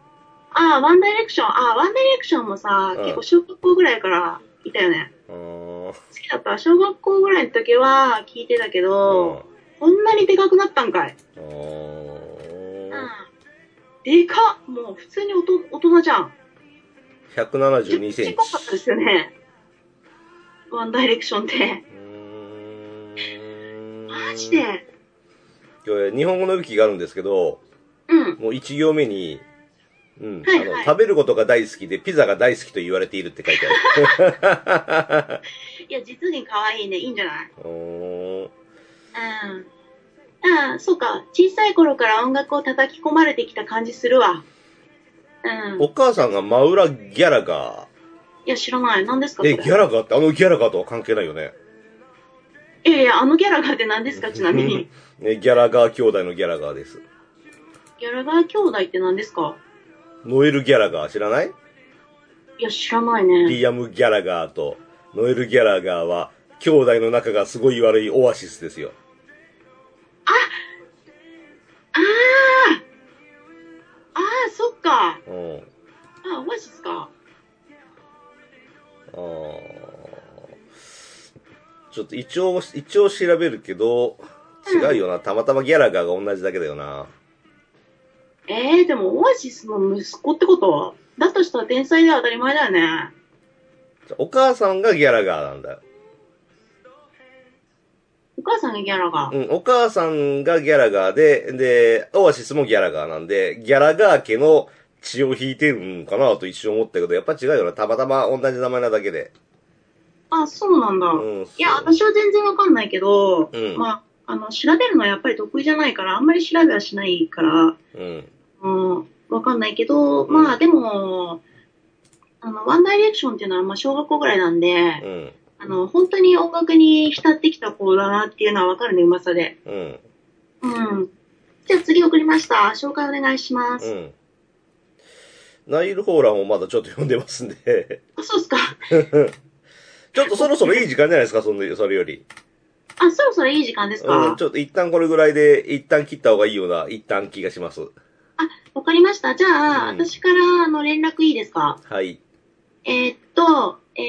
Speaker 2: ああ、ワンダイレクション。ああ、ワンダイレクションもさ、
Speaker 1: うん
Speaker 2: 結構小学校ぐらいからいたよね。
Speaker 1: うーん。
Speaker 2: 好きだった。小学校ぐらいの時は聞いてたけど、こんなにでかくなったんかい。
Speaker 1: うんう
Speaker 2: うん
Speaker 1: ん。
Speaker 2: でかっもう普通におと大人じゃん。
Speaker 1: 172センチ。
Speaker 2: ちっちゃかったですよね。ワンダイレクションって。マ
Speaker 1: マ
Speaker 2: ジで。
Speaker 1: 日本語のウィキがあるんですけど、
Speaker 2: うん。
Speaker 1: もう1行目に、うん、
Speaker 2: はいはい
Speaker 1: あの、食べることが大好きで、ピザが大好きと言われているって書いてある。
Speaker 2: いや、実に可愛いね。いいんじゃないう
Speaker 1: ーん
Speaker 2: うん。ああ、そうか。小さい頃から音楽を叩き込まれてきた感じするわ。うん。い
Speaker 1: お母さんが真裏ギャラガ
Speaker 2: や、知らない。何ですか
Speaker 1: ー。
Speaker 2: これ
Speaker 1: え、ギャラガーってあのギャラガーとは関係ないよね。
Speaker 2: いやいや、あのギャラガーって何ですかちなみに。
Speaker 1: ねギャラガー兄弟のギャラガーです。
Speaker 2: ギャラガー兄弟って何ですか
Speaker 1: ノエル・ギャラガー知らない
Speaker 2: いや、知らないね。
Speaker 1: リアム・ギャラガーとノエル・ギャラガーは、兄弟の仲がすごい悪いオアシスですよ。
Speaker 2: ああああ、そっか。
Speaker 1: うん。
Speaker 2: ああ、マジっすか。
Speaker 1: あーちょっと一応、一応調べるけど、違うよな。たまたまギャラガーが同じだけだよな。
Speaker 2: えー、でもオアシスの息子ってことだとしたら天才では当たり前だよね。
Speaker 1: お母さんがギャラガーなんだよ。
Speaker 2: お母さんがギャラが。
Speaker 1: うん、お母さんがギャラガーで、で、オアシスもギャラガーなんで、ギャラガー家の血を引いてるんかなと一瞬思ったけど、やっぱ違うよな。たまたま同じ名前なだけで。
Speaker 2: あ、そうなんだ。
Speaker 1: うん、
Speaker 2: いや、私は全然わかんないけど、
Speaker 1: うん
Speaker 2: まあ、あの、調べるのはやっぱり得意じゃないから、あんまり調べはしないから、
Speaker 1: うん。
Speaker 2: うん、わかんないけど、まあでも、あの、ワンダイレクションっていうのは、まあ、小学校ぐらいなんで
Speaker 1: う、ん。
Speaker 2: あの、本当に音楽に浸ってきた子だなっていうのはわかるね、うまさで。
Speaker 1: うん。
Speaker 2: うん。じゃあ次送りました。紹介お願いしま
Speaker 1: う
Speaker 2: す。
Speaker 1: ん。ナイル・ホーランをまだちょっと読んでますんで。
Speaker 2: あ、そうっすか。
Speaker 1: ちょっとそろそろいい時間じゃないですか、そのそれより。
Speaker 2: あ、そろそろいい時間ですか、
Speaker 1: うん、ちょっと一旦これぐらいで、一旦切った方がいいような、一旦気がします。
Speaker 2: わかりました。じゃあ、
Speaker 1: うん
Speaker 2: 私からあの連絡いいですか
Speaker 1: はい。
Speaker 2: えーっと、え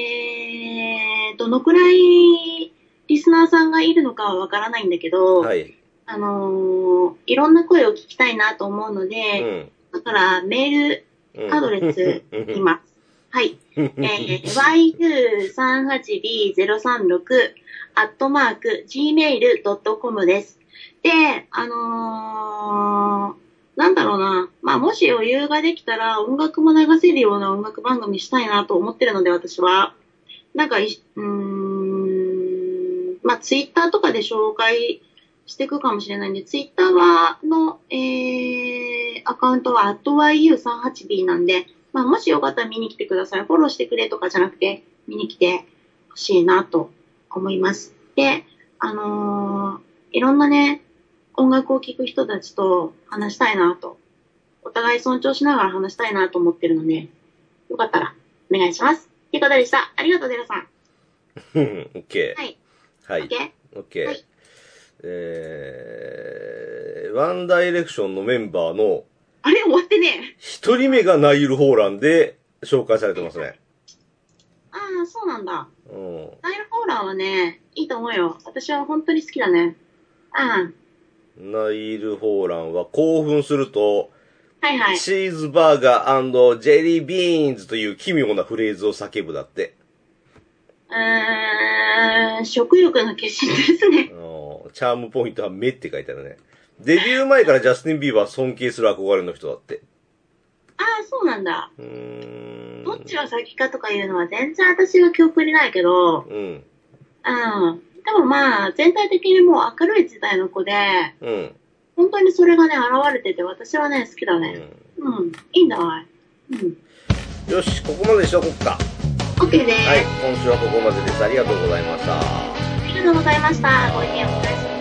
Speaker 2: ー、どのくらいリスナーさんがいるのかはわからないんだけど、
Speaker 1: はい。
Speaker 2: あのーいろんな声を聞きたいなと思うの
Speaker 1: う
Speaker 2: で、
Speaker 1: ん。
Speaker 2: だからメール、
Speaker 1: うん
Speaker 2: アド レスいます。はい。
Speaker 1: うん
Speaker 2: えー、yu38b036 アットマーク gmail.com です。で、あのー、なんだろうな。まあ、もし余裕ができたら音楽も流せるような音楽番組したいなと思ってるので、私は。なんかい、うーん、まあ、ツイッターとかで紹介していくかもしれないんで、ツイッターは、の、えー、アカウントは、@yu38b なんで、まあ、もしよかったら見に来てください。フォローしてくれとかじゃなくて、見に来てほしいなと思います。で、あのーいろんなね、音楽を聴く人たちと話したいなと、お互い尊重しながら話したいなと思ってるので、よかったらお願いします。ということでした。ありがとう、デラさん。
Speaker 1: オッケー。
Speaker 2: はい。
Speaker 1: は
Speaker 2: オッ
Speaker 1: い
Speaker 2: ケ。ー
Speaker 1: オッケ
Speaker 2: は
Speaker 1: ー
Speaker 2: い。
Speaker 1: えー、ワンダイレクションのメンバーの
Speaker 2: あれ終わってね。
Speaker 1: 一人目がナイル・ホーランで紹介されてますね。
Speaker 2: ああ、そうなんだ。
Speaker 1: うん。
Speaker 2: ダイルホーラーはね、いいと思うよ。私は本当に好きだね。うん。
Speaker 1: ナイル・ホーランは興奮すると、
Speaker 2: はいはい。
Speaker 1: チーズバーガージェリービーンズという奇妙なフレーズを叫ぶだって。
Speaker 2: うーん、食欲の化身ですね。
Speaker 1: あのチャームポイントは目って書いてあるね。デビュー前からジャスティン・ビーバー尊敬する憧れの人だって。
Speaker 2: ああ、そうなんだ。
Speaker 1: うーん。
Speaker 2: どっちが先かとかいうのは全然私が記憶にないけ
Speaker 1: う
Speaker 2: ど、
Speaker 1: ん。
Speaker 2: うん。でもまあ、全体的にもう明るい時代の子で、
Speaker 1: うん。
Speaker 2: 本当にそれがね、現れてて、私はね、好きだ
Speaker 1: う
Speaker 2: ね。
Speaker 1: ん。
Speaker 2: うん。いいんだわい。うん。
Speaker 1: よし、ここまでにしとこっか。
Speaker 2: OK でーす。
Speaker 1: はい、今週はここまでです。ありがとうございました。
Speaker 2: ありがとうございました。ご意見お願いします。